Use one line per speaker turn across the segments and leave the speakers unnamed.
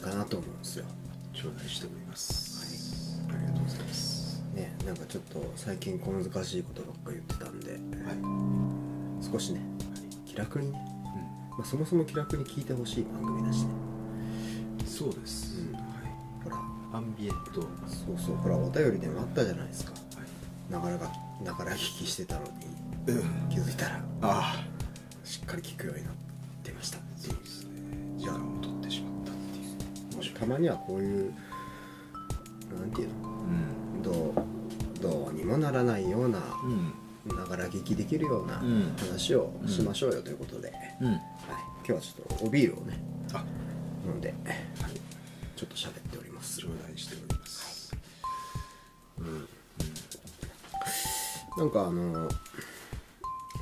かなと思うんですよ
頂戴しております、ありがとうございます
ねなんかちょっと最近小難しいことばっか言ってたんで
はい、
少しね気楽にね、まあ、そもそも気楽に聞いてほしい番組だしね
うん、そうです、
うん
はい
ほら
アンビエント、は
そうそうほらお便りでもあったじゃないですか
い、
ながらがながら聞きしてたのに
うん
気づいたら
ああ
しっかり聞くようになってましたってい
そううですね時間を取ってしまったっていう面白い
たまにはこういうなんていう
うん
のどうどうにもならないような
うん
ながら聞きできるような
うん
話をしましょうよということで、はい、
うん
今日はちょっとおビールをね
あはい
飲んでちょっと喋っております
頂戴しております
なんかあの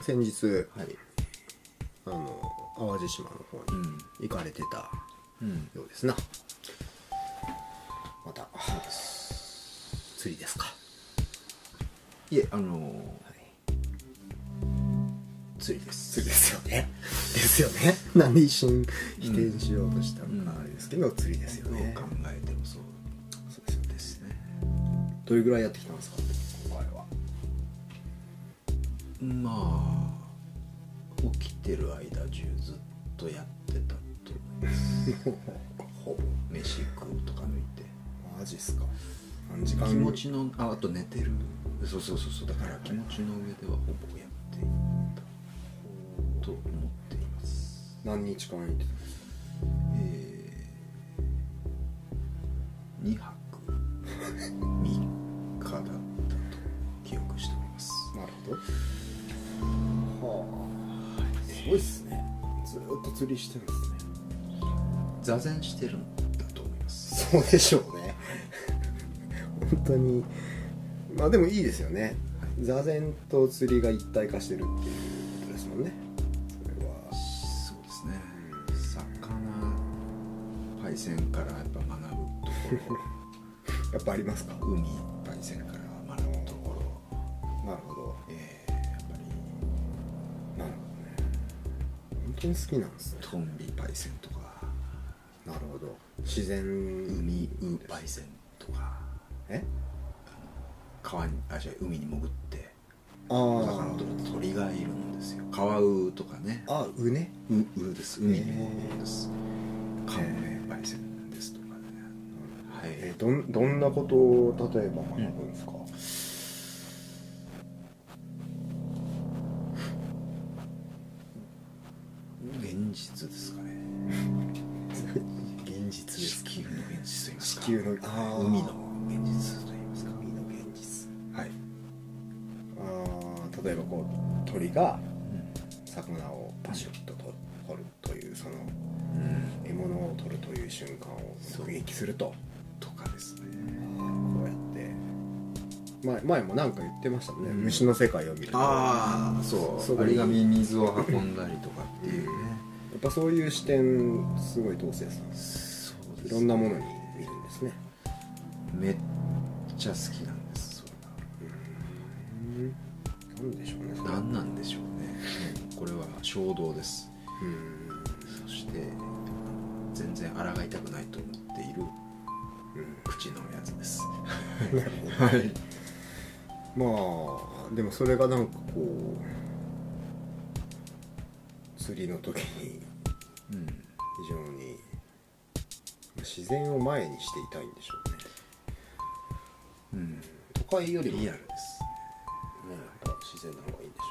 先日
はい
あの淡路島の方
う
に
ん
行かれてた
うん
ようですな、また釣りですか
いえあのー釣りです
釣りですよねですよ ねなんで一瞬否定しようとしたの
う
か
ん
あれですけど、釣りですよ
どう
ね
考えてもそうそうですよですね
どれぐらいやってきたんですか今回は
まあ起きてる間中ずっとやってたと思います ほぼ飯食うとか抜いて
マジっすか何時間
気持ちのああと寝てるそうそうそうそうだから気持ちの上ではほぼやっていたと思っています
何日間行ってたんですか
えー、2泊3日だったと記憶しております
なるほどはあすごいっすねずーっと釣りしてるんですね
座禅してるんだと思います
そうでしょうね本当にまあでもいいですよね座禅と釣りが一体化してるっていうことですもんねそれは
そうですね魚パイセンからやっぱ学ぶとこ
やっぱありますか
ろ海パイセンから学ぶところ
なるほど
えー、やっぱり
なるほどね本当に好きなんですね
トンビパイセンとか
なるほど自然
海ウパイセンとか
え
川にあじゃ海に潜って
あ
お
ー
魚を取る鳥がいるんですよカワウとかね
あうね
ううです海に潜るですカモメパイセンですとかねはい、
えーどんどんなことを例えば学ぶんですか、
現実ですかね
現実
地球の現実といいます
地
か
球のあー
海の現実といいますか
海の現実
はい、
あー例えばこう鳥が魚をパシュッとと取るというその
うん、
獲物を取るという瞬間を
そう
目撃すると
とかですね
こうやって前前もなんか言ってましたもんね、
うん
虫の世界を見るとや
ああそ
そう
う折り紙に水を運んだりとかっていうね
っぱそういう視点すごい同性さん
そうですね
いろんなものに見るんですね
めっちゃ好きなんですそれ
うんなんでしょうねそれ
が何なんでしょうねこれは衝動です
うん
そして全然抗いたくないと思っている口のやつです
うんなるほど
はい
まあでもそれがなんかこう釣りの時に
うん
非常に自然を前にしていたいんでしょうね
うん
都会よりも
リ
ね
アルです
やっぱ自然の方がいいんでし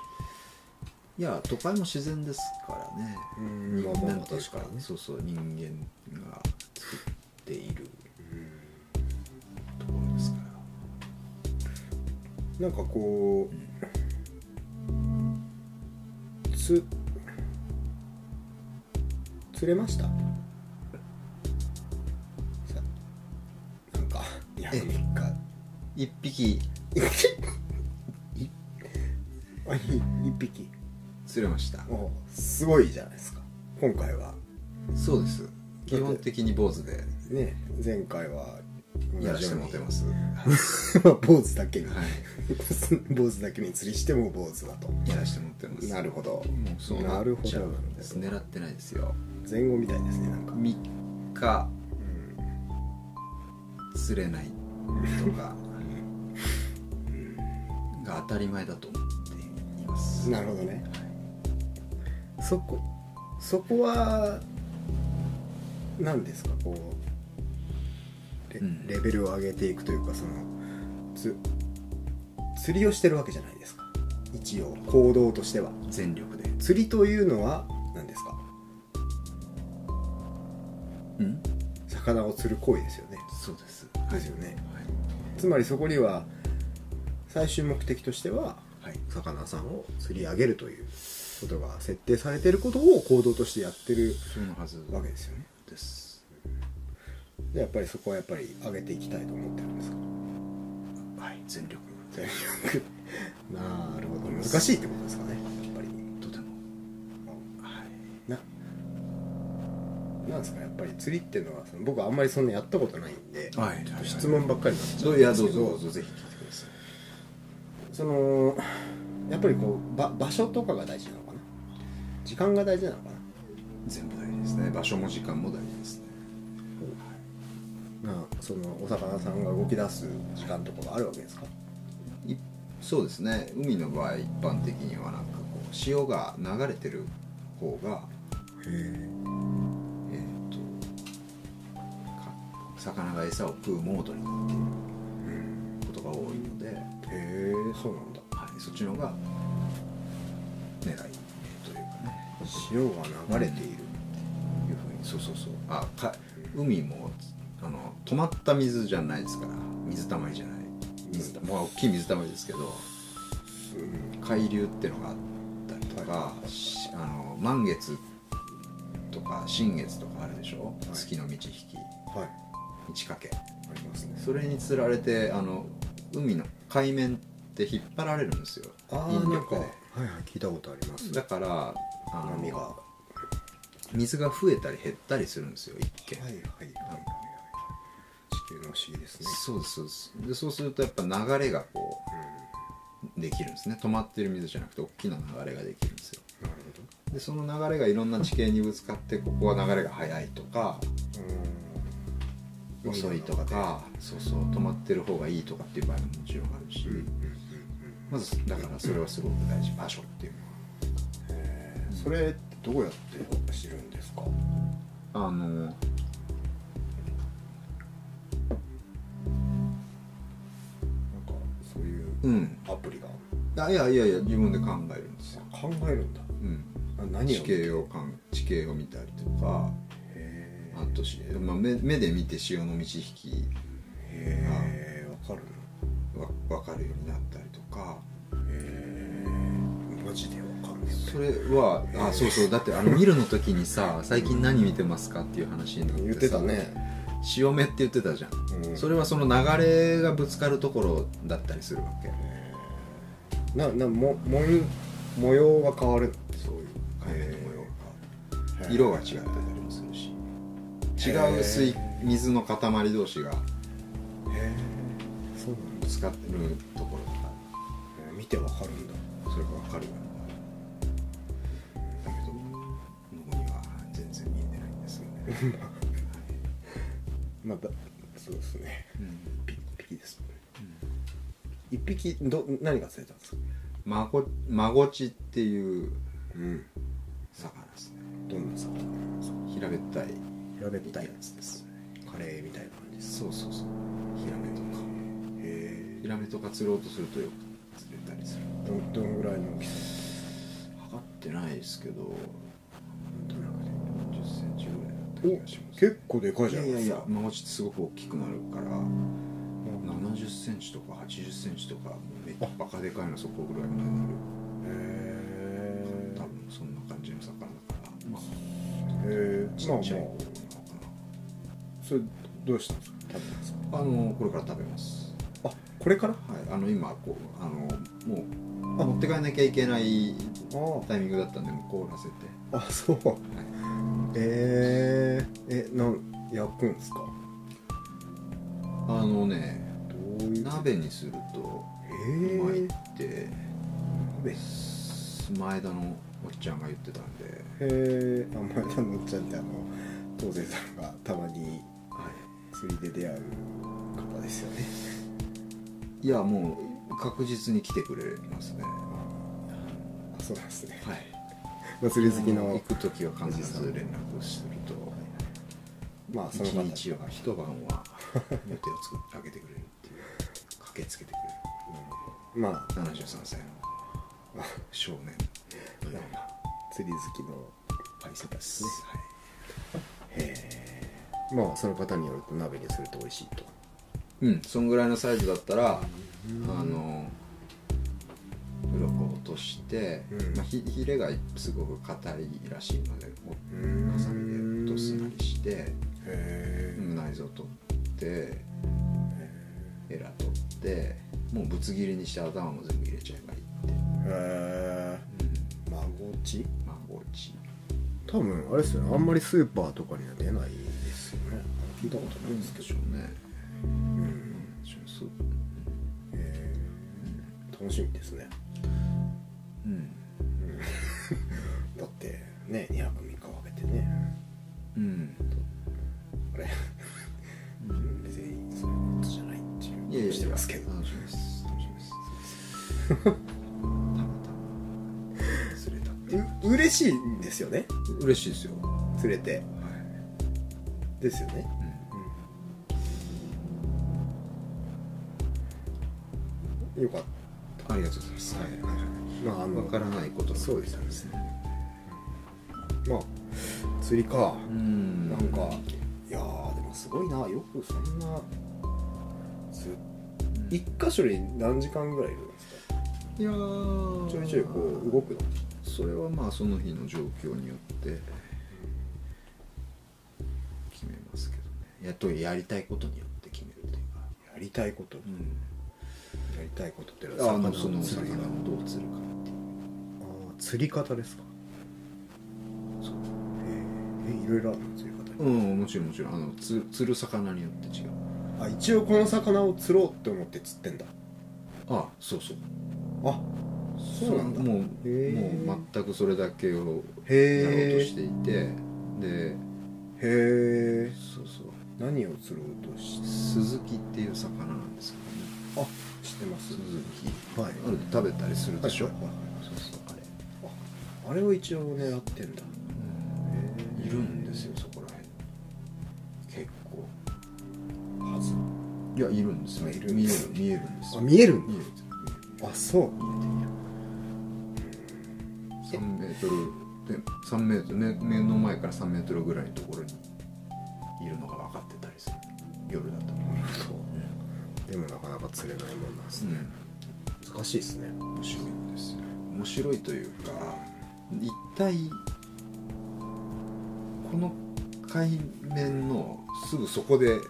いや都会も自然ですからね
ょううんまあまあ
なんていう
確かにね
そうそう人間が作っているところですから
なんかこうつ釣れましたさなんかいや
え
3日
一匹
あい1匹
釣れました
おすごいじゃないですか今回は
そうです基本的に坊主で
ね前回は
やらせてもらってます す
坊主だけに、
は
坊主だけに釣りしても坊主だと
いやらせてもらってます
なるほど
もうそうな
な
っ
るほ
ちゃ
ど
うんです狙ってないですよ
前後みたいですねなんか
3日
うん
釣れないとかが当たり前だと思っています
なるほどねそこそこは何ですかこうレ,、
うん
レベルを上げていくというかそのつ釣りをしてるわけじゃないですか一応行動としては
全力で
釣りというのは何ですか
うん
魚を釣る行為ですよね
そうです
ですよね
は、
つまりそこには最終目的としてはい
はい、
魚さんを釣り上げるということが設定されていることを行動としてやってる
そうのはず
わけですよね
です
でやっぱりそこはやっぱり上げていきたいと思ってるんですか
はい全力
全力なるほど難しいってことですかねやっぱり
とてもはい
ななんですかやっぱり釣りっていうのはその僕あんまりそんなやったことないんで、
はい
ちょっと質問ばっかりになっちゃ
ど
う
うい
ん
や
です
ど
け
うぞどうぞぜひ聞いてください
そのやっぱりこうば場所とかが大事なのかな時間が大事なのか
全部大事ですね場所も時間も大事ですね
ななそのお魚さんが動き出す時間とかがあるわけですか
いそうですね海の場合一般的にはなんかこう潮が流れてる方が
へえ
えーとか魚が餌を食うモードになってい
うん
ることが多いので、は
へえそうなんだ
い、そっちの方が狙い目というかね
潮が流れている
いうふうにそうそうそうあか海もあの止まった水じゃないですから水たまりじゃない水たまあ大きい水たまりですけど
うん
海流ってのがあったりとか、しあの満月とか新月とかあるでしょ、
はい
月の満ち引き
はい
満ち欠け
ありますね
それにつられてあの海の海面って引っ張られるんですよ
ああ
引
なん
力
かは
で
いはい聞いたことあります
だからあの
波がは
水が増えたり減ったりするんですよ一
い
見、
はいはいはいはい地球の不思議ですね
そうですそうですでそうするとやっぱ流れがこうできるんですね止まってる水じゃなくて大きな流れができるんですよ
うんなる
でその流れがいろんな地形にぶつかってここは流れが速いとか
ほどうん
遅いとかそうそう止まってる方がいいとかっていう場合ももちろんあるし、
うんうんうん
まずだからそれはすごく大事場所っていうの
うんへーそれってどうやって知るんですか
はあの
なんかそういう
うん
アプリが
あいやいやいや自分で考えるんですよ、
考えるんだ
うん、
あ何
地
を
形をかん地形を見たりとか
へ
あとし、まあ、目目で見て潮の満ち引
えわかる
きわ分かるようになったりとか
のへえマジでわかんない
それはあそうそうだってあの見るの時にさ最近何見てますかっていう話になってさ
言ってたね
潮目って言ってたじゃん
うん
それはその流れがぶつかるところだったりするわけ
ななも模様模様が変わる
そういう海面の模様
へ
が
ー
色が違ってたりもするし違う水水の塊同士が
へえそうなん
ぶつかってるところとか
だ見てわかるんだ
それが分かるようになるだけど僕には全然見えてないんですよね、
またそうですね
うん
一匹ですね一匹ど何が釣れたんですか
マゴマゴチっていう
うん
魚ですね
どんな魚なんですか
平べったい
平べっ
や
たい
つです
カレーみたいな感じです
そうそうそうヒラメとか
へ
ヒラメとか釣ろうとするとよく釣れたりする
えどどのぐらいの大きさ
測ってないですけど40センチぐらいだった
お
気がします
結構でかい
い
じゃ
や
ない
い
で
やい
すか
やマゴチってすごく大きくなるから70センチとか80センチとかもうめっちゃバカでかいのそこぐらいまでなる
へ
多分そんな感じの魚だからまあ
えへえまあまあ
ちっちゃい頃なの
それどうしたんですか食べたんですか
かなあのこれから食べます
あこれから
はいあの今こうあのもう持って帰んなきゃいけない
あ
タイミングだったんでもう凍らせて
ああそうえー、えなん焼くんですか
あのね
どういう
鍋にすると
え
うまいっ
ー、
て
鍋へ
前田のおっちゃんが言ってたんで、
えー、あんまりあのおっちゃんってあの東勢さんがたまに
は
釣りで出会うですよね
いやもう確実に来てくれますね
あそうなんですね
はい
祭り好き
行
の
く時は必ず連絡すると
まあその
一
方
日は一晩は予定を作ってあげてくれるっていう駆けつけてく
まあ
れる73歳の少年のような
釣り好きの
パイセンです、
まあその方によると鍋にすると美味しいと
はい、うんそんぐらいのサイズだったらあの鱗を落として、
うん
まあ、ひヒレがすごく硬いらしいのでこう
うん
ハサミで落とすなりして
へ
うん内臓取ってエラ取ってもうぶつ切りにして頭も全部入れちゃえばいいって、
えマゴチ
まあおうち
多分あれですよねあんまりスーパーとかには出ないですよね聞いたことないですけど、
しょうね
うん
そう
へー楽しみですね
うん
だってね2泊3日分けてね
うん
あれ別にそういうことじゃないっていう
いやいや
してますけど
楽しみです楽しみですたまたま釣れたっていう
う嬉しいんですよね
嬉しいですよは
連れてですよね
い、うん
よかっ
ありがとうございます。はい。
たまああ
わからないこと
そうですよねまあ釣りか
うん。
なんかいやーでもすごいなよくそんなず一箇所に何時間ぐらいいるんですか
いやー
ちょいちょいこう動くの
それはまあその日の状況によって決めますけどね。やっとやりたいことによって決めるというか。
やりたいことや
ん。
りたいことってのは
あの
魚
その
釣り
魚
の
をどう釣るかっていう。
あー釣り方ですか
そう。
ええいろいろあるの釣り方に、
うんもちろんもちろんあの釣釣る魚によって違う。
あ一応この魚を釣ろうって思って釣ってんだ
あそうそう。
あそうなんだ
もうも
へー
う全くそれだけをやろうと
へ
していてで
えへえ
そうそう。
何を釣ろうとし
鈴木っていう魚なんですけどね
あ知ってます
鈴木
はい
あれ食べたりするでしょ、
はいはいはい
そうそうあれ
あれを一応狙ってんだ
いるんですよそこら辺
結構数
いやいるんですよ
あいるん
見
で
え
す
る見えるんですよ
あ見えるんだ
見える
あそう
見えている3メートルで3メートル目目の前から3メートルぐらいのところにいるのが分かってたりする夜だと
でもなかなか釣れないもんなんです
う
ね、
ん
難しいですね
面白いんですよ面白いというか一体この海面のすぐそこで
うん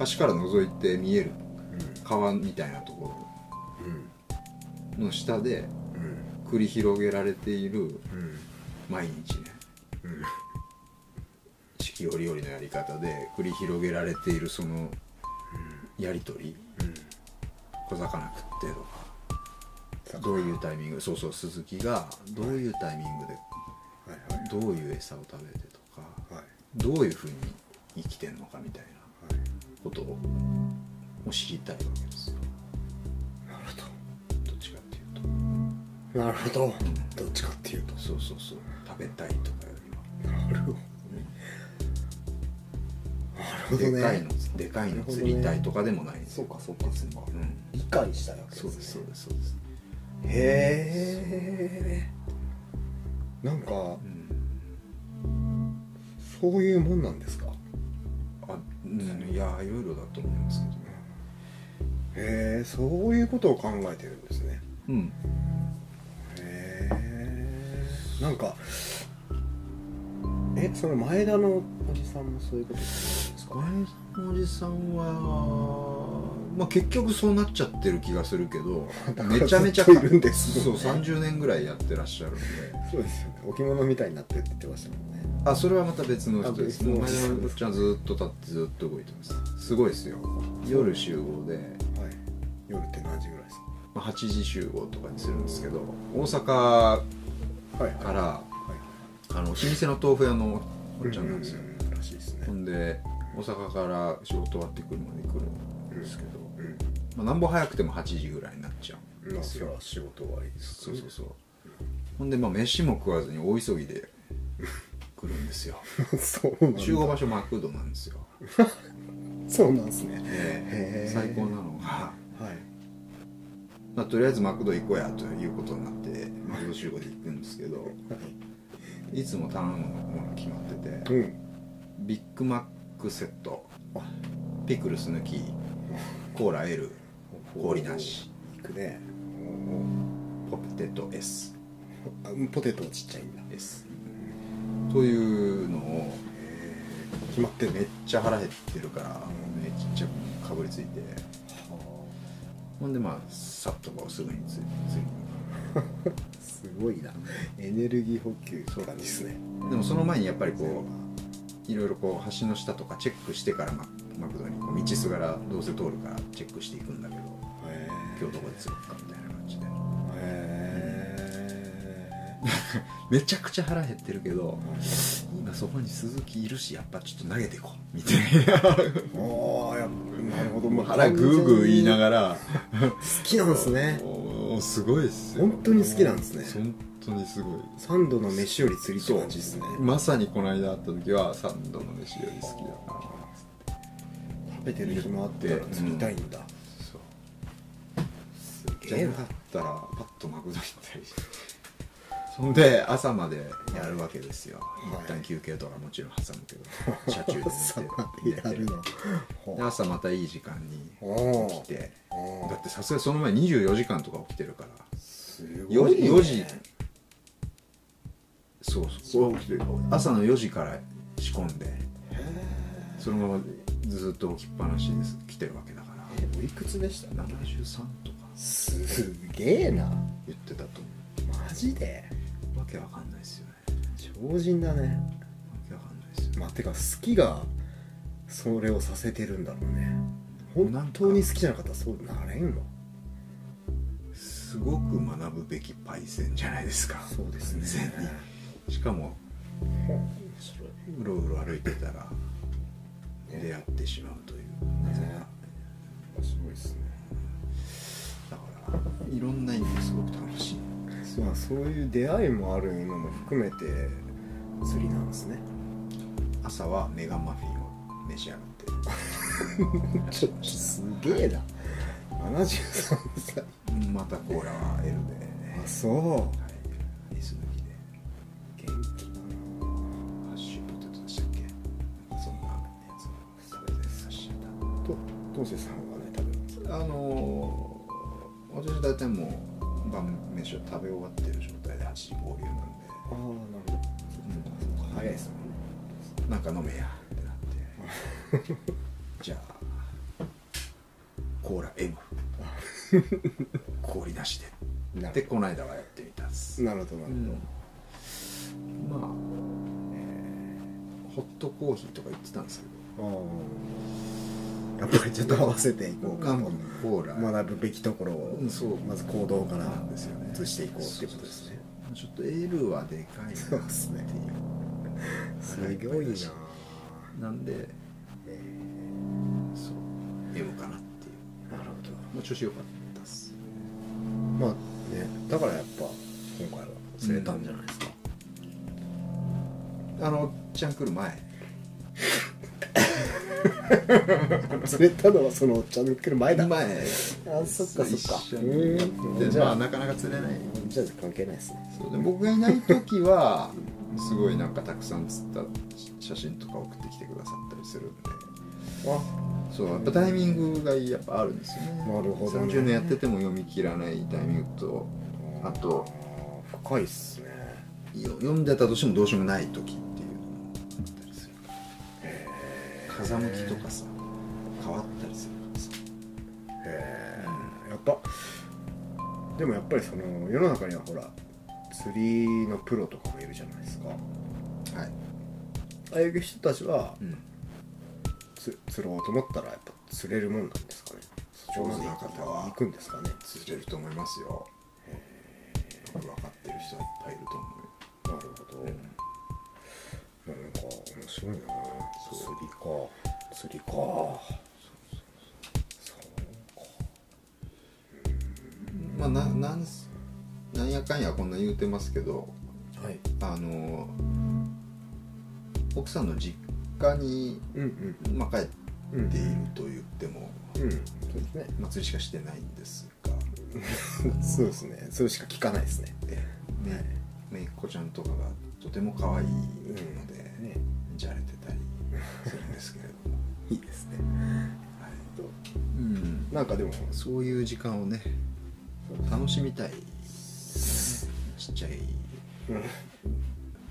橋から覗いて見える
う
川みたいなとこ
ん
ろの下で
うん
繰り広げられている
うん
毎日ね
うん
四
四季折々のやり方で繰り広げられているそのやり取り小魚食ってとかどういうタイミングそうそう鈴木がどういうタイミングで
はいはい
どういう餌を食べてとか
はい
どういうふうに生きてんのかみたいな
はい
ことを知りたいわけですよ
なるほ
どっちかっていうと
どなるほどどっちかっていうと
そうそうそう食べたいとかよりは
なるほど
で
な
か
る
い
ほどね
のでかいの釣りたいとかでもないんです
そ
よ
うかそうかそうか
うん
理解したわけです
そう
ね
ですそうですそうです
へえんか
うん
そういうもんなんですか
あうんいやいろいろだと思いますけどね
へえそういうことを考えてるんですね
うん
へえなんかえその前田のおじさんもそういうことしてるんですか
前のおじさんはまあ結局そうなっちゃってる気がするけ どめちゃめちゃ
ずっといるんです
そう30年ぐらいやってらっしゃるんで
そうですよね置物みたいになってるって言ってましたもんね
あそれはまた別の人です
あ別の
前のおっちゃんずっと立ってずっと動いてますすごいですよ夜集合で、
はい夜って何時ぐらいです
まあ、8時集合とかにするんですけど大阪
かはい
か
はい
らあの老舗の豆腐屋のおっちゃんなんですよ、
らしいですね
ほんで大阪から仕事終わってくるまで来る
うん
ですけど、
うん
まあ、なんぼ早くても8時ぐらいになっちゃうん
ま
で
あ
す
そ
よ
れは仕事終わりです
そ
か
う
らね
そうそうほんでまあ飯も食わずに大急ぎで来るんですよ
そう なんだ
集合場所マクドなんですよ、
そうなんですねへえ
最高なのが、
はい
まあ、とりあえずマクド行こうやということになってマクド集合で行くんですけどいつも頼むものが決まってて
うん
ビッグマックセットピクルス抜きコーラ L 氷なし
いくね
ポテト S
おーあポテトはちっちゃいんだ
S というのを
決まってる
めっちゃ腹減ってるからめっちゃかぶりついてほんでまあさっとこうすぐについつい
すごいなエネルギー補給って感じですね
でもその前にやっぱりこういろいろこう橋の下とかチェックしてからママクドにこう道すがらどうせ通るからチェックしていくんだけど
へえ
今日どこで釣ったみたいな感じで
へ
めちゃくちゃ腹減ってるけど今そこに鈴木いるしやっぱちょっと投げてこうみたいな
えああやっぱなるほどもう
腹グーグー言いながら
好きなんですね
おーすごいっすよ
本当に好きなんですね
本当にすごい
三度の飯より釣りって感じですね
まさにこの間会った時はサンドの飯より好きだから
食べてる暇あったら釣りたいんだ
そう
す
じ
げえ
ゃ
な
なかったらパッとマクド行ったりしてそんで朝までやるわけですよ、
はい
一旦休憩とかもちろん挟むけ ど車中で寝て
やるの
で朝またいい時間に
おー
起きて
おー
だってさすがにその前24時間とか起きてるから
す
4
ごい
時
ね
4時そうそう起きてる朝の4時から仕込んで
へ
そのままずっと起きっぱなしです来てるわけだか
えおいくつでした
ら73とか
すげえな
言ってたと思
マジで
うわけわかんないですよね
超人だね
わけわかんないですよね
まあてか好きがそれをさせてるんだろうね
なん
本
か
当に好きじゃなかったらそうなれんわ
すごく学ぶべきパイセンじゃないですか
そうですね
完全にしかもうろうろ歩いてたら
ね
出会ってしまうという、
ねすごいですね
だからいろんな意味ですごく楽しい
まあそういう出会いもあるのも含めて釣りなんですね
朝はメガンマフィンを召し上がって
ちょっとすげえな73歳
またコーラは L で、
あそ
はい、リス抜きで
う元気だな
ハッシュポテトでしたっけそんなやつを食べてさせていただいて
と昴生さんはね食べます
あのー、私大体もう晩飯を食べ終わってる状態で8時合流なんで、
ああなるほど早いですもんね
なんか飲めやってなってじゃあコーラ M 氷なしで
な
で
る
この間はやってみたっす、
なるほどな
う
る
んまあ、えーホットコーヒーとか言ってたんですけ
ほど、ああやっぱりちょっと合わせていこ
ど
うか
僕はもうコーラ、
学ぶべきところを
うんそう
まず行動か
な
ら
んですよね
移していこうっていうことですね
ちょっと L はでかいなっていう
そうですねすごいな
なんで
え
そう M かなっていう
ーなるほど
まあ調子良かったっす
まあねだからやっぱ今回は釣れたんじゃないですか、
あのおっちゃん来る前
釣れたのはそのおっちゃんの来る前だ
前
あそっかそっか
一緒にやって
うん
じ
じ
ゃ
ゃ
あ
あ
なかなか釣れない
じゃあ関係ないですね
そうで僕がいない時はすごいなんかたくさん釣った写真とか送ってきてくださったりするんで
あ
そうやっぱタイミングがやっぱあるんですよね
なるほどね
30年やってても読み切らないタイミングとあと
深いっすね
よ読んでたとしてもどうしようもない時っていうのもあったりするから
へ
風向きとかさ変わったりするからさ
えやっぱでもやっぱりその世の中にはほら釣りのプロとかもいるじゃないですか
はい、
ああいう人たちは
うん、
つ釣ろうと思ったらやっぱ釣れるもんなんですかね
上手
上手
な
な
方
方
は
は行くんですかね
釣れると思いますよ分かってる人はいっぱいいると思うよ
なるほど、なんか面白いな釣りか釣りかそ
まあななんすなんやかんやこんな言うてますけど
はい
あの奥さんの実家に、
うん
まあ、帰っ
うんうん
ていると言っても、
うんそうですね
まあ、釣りしかしてないんですが
そうですねそれしか聞かないですね
ええ
はい
めいっ子ちゃんとかがとても可愛いので、
ね
じゃれてた りするんですけれども、
いいですね
はい
と
うん、
なんかでも
そういう時間をね楽しみたいちっちゃい
うん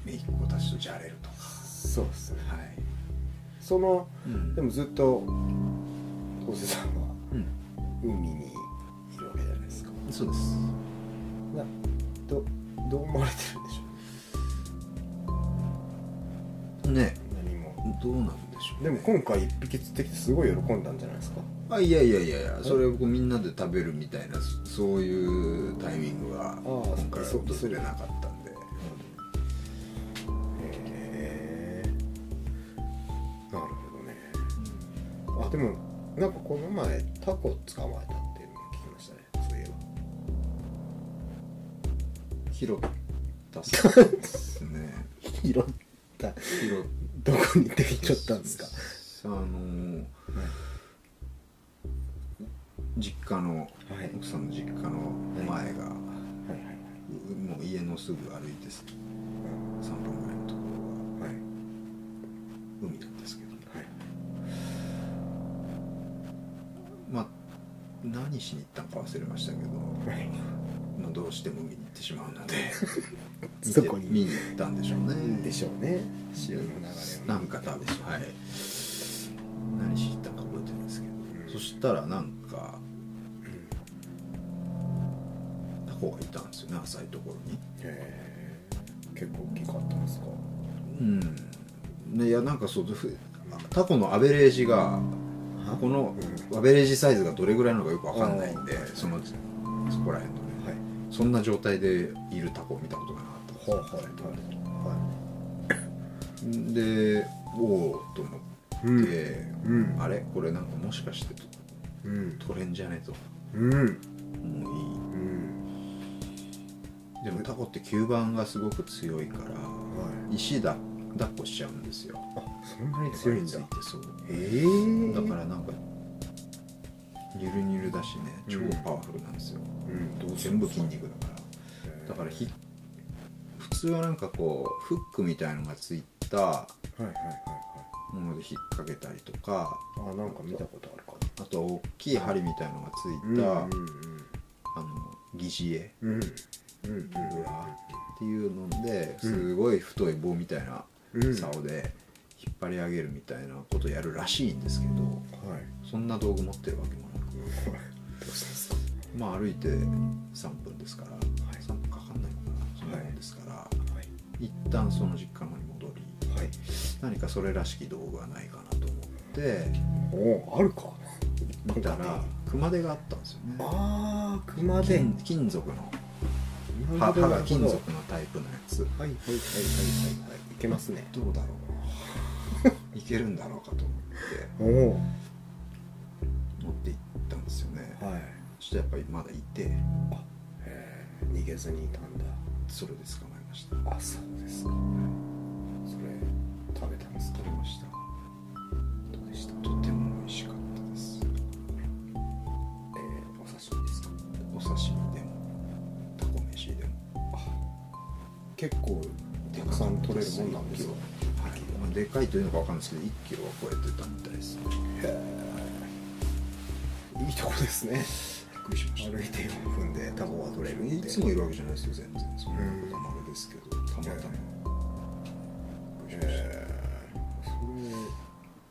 めいっ子たちとじゃれるとか
そうですね
はい、
その
うん
でもずっと昴生さんは
うん、
海にいるわけじゃないですか
そうです
などどう思われてるんでしょ
ね
う何も
どうなんでしょう、
でも今回一匹釣ってきてすごい喜んだんじゃないですか
あいやいやいやいやそれをこうみんなで食べるみたいなそそういうタイミング
そっ
が
か
今回は
そ
訪れなかったんで
へえなるほどねあでもなんかこの前タコ捕まえたっていうのを聞きましたねそうい えば
広田さん ですね
拾った
広
どこにできちゃったんですか
あのー実家の
はい
奥さんの実家の前が、
はいはいはいう
もう家のすぐ歩いて3分ぐらいのところ
はい
が海なんですけど、
はい
まあ何しに行ったんか忘れましたけど、まあ、どうしても海に行ってしまうので
そこに
見に行ったんでしょう
いいん
ね
でしょうね潮の流れをね
なんか多分はい何しに行ったんか覚えてないですけど、
うん
そしたらなんかタコがいたんですよね浅いところに。
へえ結構大きかったんですか
うんね、いやなんかそうふタコのアベレージが
は
この
う
アベレージサイズがどれぐらいなのかよくわかんないんで
あー
そのそこら辺のね
はい
そんな状態でいるタコを見たことがなかったんです
は
よ
いは
でおおと思って、
うんうん
あれこれなんかもしかして
いうん
取れんじゃねと
うん
もうい
うん
いでもタコって吸盤がすごく強いから
は
石だ抱っこしちゃうんですよ
いあそんなに強いんだ
へばりついてそう
ええ
だからなんかニュルニュルだしね超パワフルなんですよ、
うんどう
全部筋肉だからだからひ普通はなんかこうフックみたいのがついた
はいはいはい
もので引っ掛けたりとか
はいあなんか見たことあるか
あとは大きい針みたいのがついた、
な
あの疑似餌
うんうんうんうん
うわっていうのですごい太い棒みたいな
うん
竿で引っ張り上げるみたいなことやるらしいんですけど
はい
そんな道具持ってるわけもなく
どうしたんですか
まあ歩いて3分ですから、
い
3分かかんないのかなそんなもんですから、
はい
一旦その実家の方に戻り
はい
何かそれらしき道具はないかなと思って
おおあるか
見たら熊手があったんですよね
ああ熊手
金金属の
な
歯
るほどな
歯
る
が
ほど
金属のタイプのやつ
はいはいはいはいはいはいいけますね
どうだろう いけるんだろうかと思って
おお
持って行ったんですよね
はい
そしてやっぱりまだいて
へえ逃げずにいたんだ
それで捕まえました
あそうですかそれ食べたんですか
取れました
どうでした
とても美味しかったです
えー、お刺身ですか
お刺身でもタコ飯でも
結構たくさん取れるもんなんですよ
はいまあでかいというのかわかんないですけど1キロは超えてたみたいですね
いいとこですね
びっくりしました
歩いて4分でタコが取れるって
いつもいるわけじゃないですよ全然そんな
うん
こともあれですけどたまたまびっくりしました
え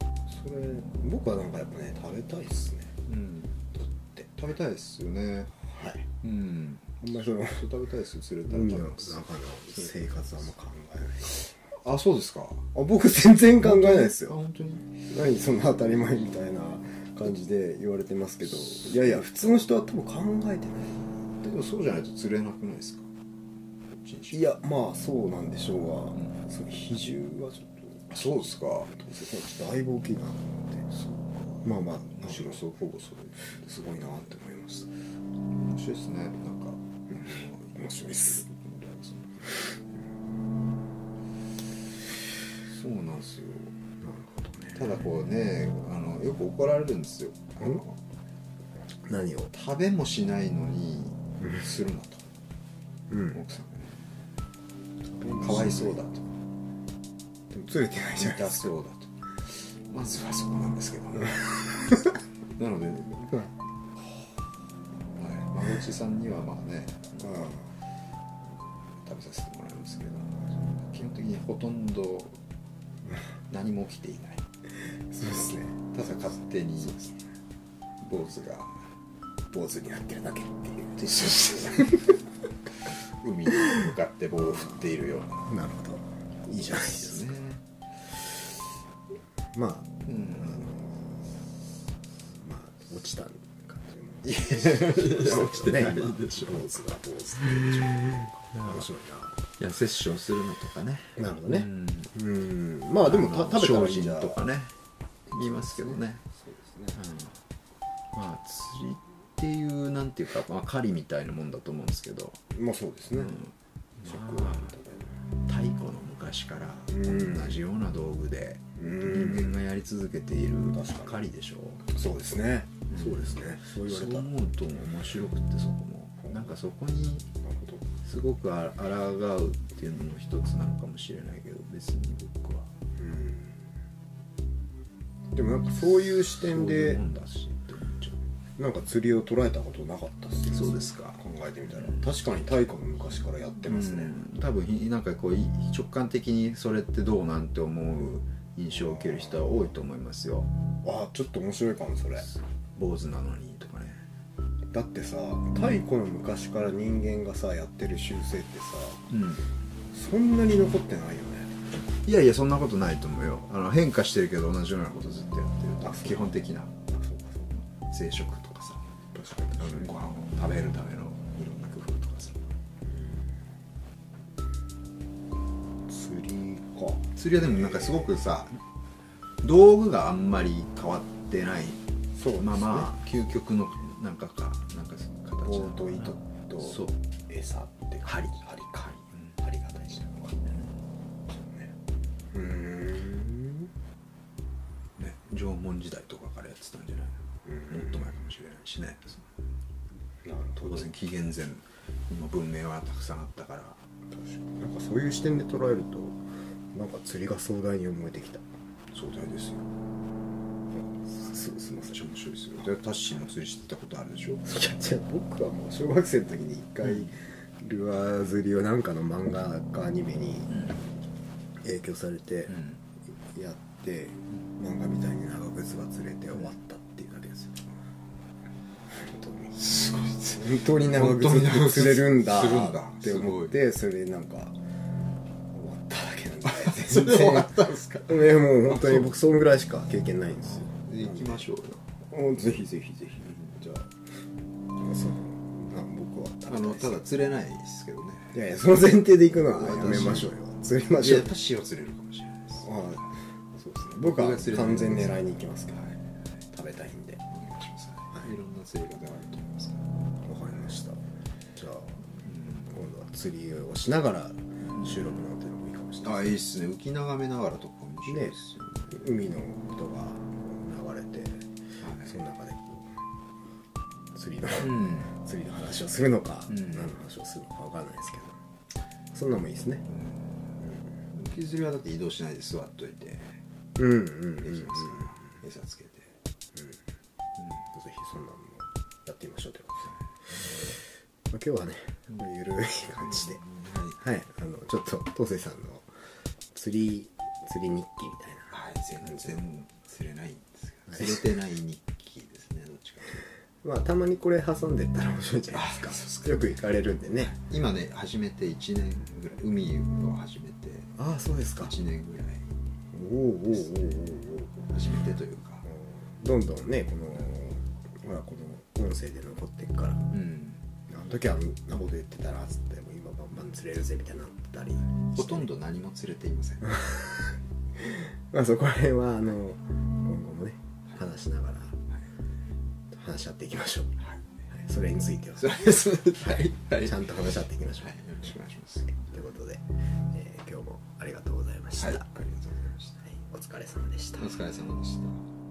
ー、それそれ僕はなんかやっぱね食べたいっすね
うん
取って
食べたいですよね
はい
うん
あんまりその
食べたいですよ釣れたら
海
食
の
べ
中の
ます
生活はあんま考えない
あそうですか
あ僕全然考えないです
あ
よ
本当に
何そんな当たり前みたいな感じで言われてますけどいやいや普通の人は多分考えてな
でもそうじゃないと釣れなくないですか
いいやまあそうなんでしょうが、
う
その比重はちょっ
あそうですか
とどうせそうだいぶ大きいなと思ってまあまあ
むしろそうほぼそれ
すごいなって思いました
う
面白いですねなんか
面白いっす
そうなんですよ
なるほどね
ただこうねあのよく怒られるんですよあ
ん
の
何を
食べもしないのに
うん
するなと
うん
奥さんがねかわいそうだと
でも釣れてないじゃない
痛そうだとまずはそこなんですけど ねなので、はい、孫内さんにはまあね
あ
食べさせてもらいますけど基本的にほとんど何も起きていない
あそうですね
ただ勝手に坊主が
坊主になってるだけっていう
そうそうそう海に向かって棒を振っているような
なるほどいいじゃないですか
ね
まあ
うん
まあ落ちた感
いや
じも落ちて
ないでしょ
坊主が坊主って面 白い
いや殺生するのとかね
ななるほどね
うん
うんまあでもた食べたらいいんじゃ
精進とかね言いますけどね
そうですね
うんまあ釣りっていうなんていうか、まあ、狩りみたいなもんだと思うんですけど、
まあそうです
う
ね
ん
食
ま
は
あ太古の昔から
うん
同じような道具で
うん
人間がやり続けている
確かに
狩りでしょ
そうですね
ん
そうですねそう言わ
そ
れ
う
たな
思うと面白くってそこもなんかそこに
るほど
すごくあ抗うっていうのも一つなのかもしれないけど別に僕は
うんでもなんかそういう視
そう
点
いう
で
もんだしって思っちゃ
なんか釣りを捉えたことなかったっすね
うそうですか
考えてみたら確かに太古の昔からやってますね
うん多分ひなんかこうい直感的にそれってどうなんて思う印象を受ける人は多いと思いますよ
ああちょっと面白いかもそれ
坊主なのにとかね
だってさ太古の昔から人間がさやってる習性ってさ
うん
そんなに残ってないよね
いやいやそんなことないと思うよあの変化してるけど同じようなことずっとやって
あ
る
そう
と基本的な
あそうかそ
生殖とかさ
うか確か
あのご飯を食べるためのいろんな工夫とかさ
に釣りか
釣りはでもなんかすごくさ道具があんまり変わってない
そうですね
まあまあ究極のなんかかなんかその
棒
形なのか
と
な
糸と
そう
餌って
針
針か
うん
針が大事なのかねうーん
ね、縄文時代とかからやってたんじゃない
うん
のもっと前かもしれないしね
なるほ
当
ど
然紀元前にも文明はたくさんあったから
確かになんかそういう視点で捉えるとなんか釣りが壮大に思えてきた
壮大ですよ
すすいません
私面白いですよでタッシーも釣りしてたことあるでしょ
いやじゃあ僕はもう小学生の時に一回ルアー釣りをなんかの漫画かアニメに影響されて
うん
やって漫画みたいに長靴が釣れて終わったっていうだけですよ本当に
すごい
本当に長靴って釣れるんだ
本当に長靴釣れるんだ
って思ってそれなんか終わっただけなんで
それ終わったんですか
いやもう本当に僕そんぐらいしか経験ないんですよ
行きましょうよ
おぜひぜひぜひじゃあそのな僕は
あのただ釣れないですけどね
いやいやその前提で行くのはやめましょうよ釣りま
い
しょ
や
う
タッシーは釣れるかもしれないです
はいそうですね僕は
僕が釣れない
完全狙いに行きますけど、食べたいんでわ
お願いしますねいろんな釣り方があると思いますか
かりましたじゃあ今度は釣りをしながら収録なんてのもいいかもしれ
ら
ない
あいいっすね浮き眺めながらとかも面白いですよね
海の音が流れてその中でこう釣りの、
はいうん
釣りの話をするのか、
うん
何の話をするのかわかんないですけどそんなのもいいですね
浮き釣りはだって移動しないで座っといてで
うんうんうん、うん、
き
ぜ
ますから餌つけて
ひそんなのもやってみましょうということで、まあ、今日はねゆるい感じで
はい
はいあのちょっと東勢さんの釣り釣り日記みたいな
はい全然釣れないんですけど釣れてない日記ですねどっちかという
まあたまにこれ挟んでったら面白いんじゃない
あそう
で
っ
す
す
かよく行かれるんでね
と今ね始めて1年ぐらい海を始めて
ああそうですか
1年ぐらい
おおおうおうおうおう
始めてというか
どんどんねこのほらこの音声で残っていくから
うん
あの時はあんなこと言ってたらっつってもう今バンバン釣れるぜみたいになったり
ほとんど何も釣れていませんは
まあそこら辺はあの今後もね話しながら
い
話し合っていきましょう、
はい
はいそれについては
そうですはいはい
ちゃんと話し合っていきましょう、
はいよろしくお願いします
ということで、えー今日もありがとうございました、
はいあり
がとうございました、お疲れ様でした
お疲れ様でした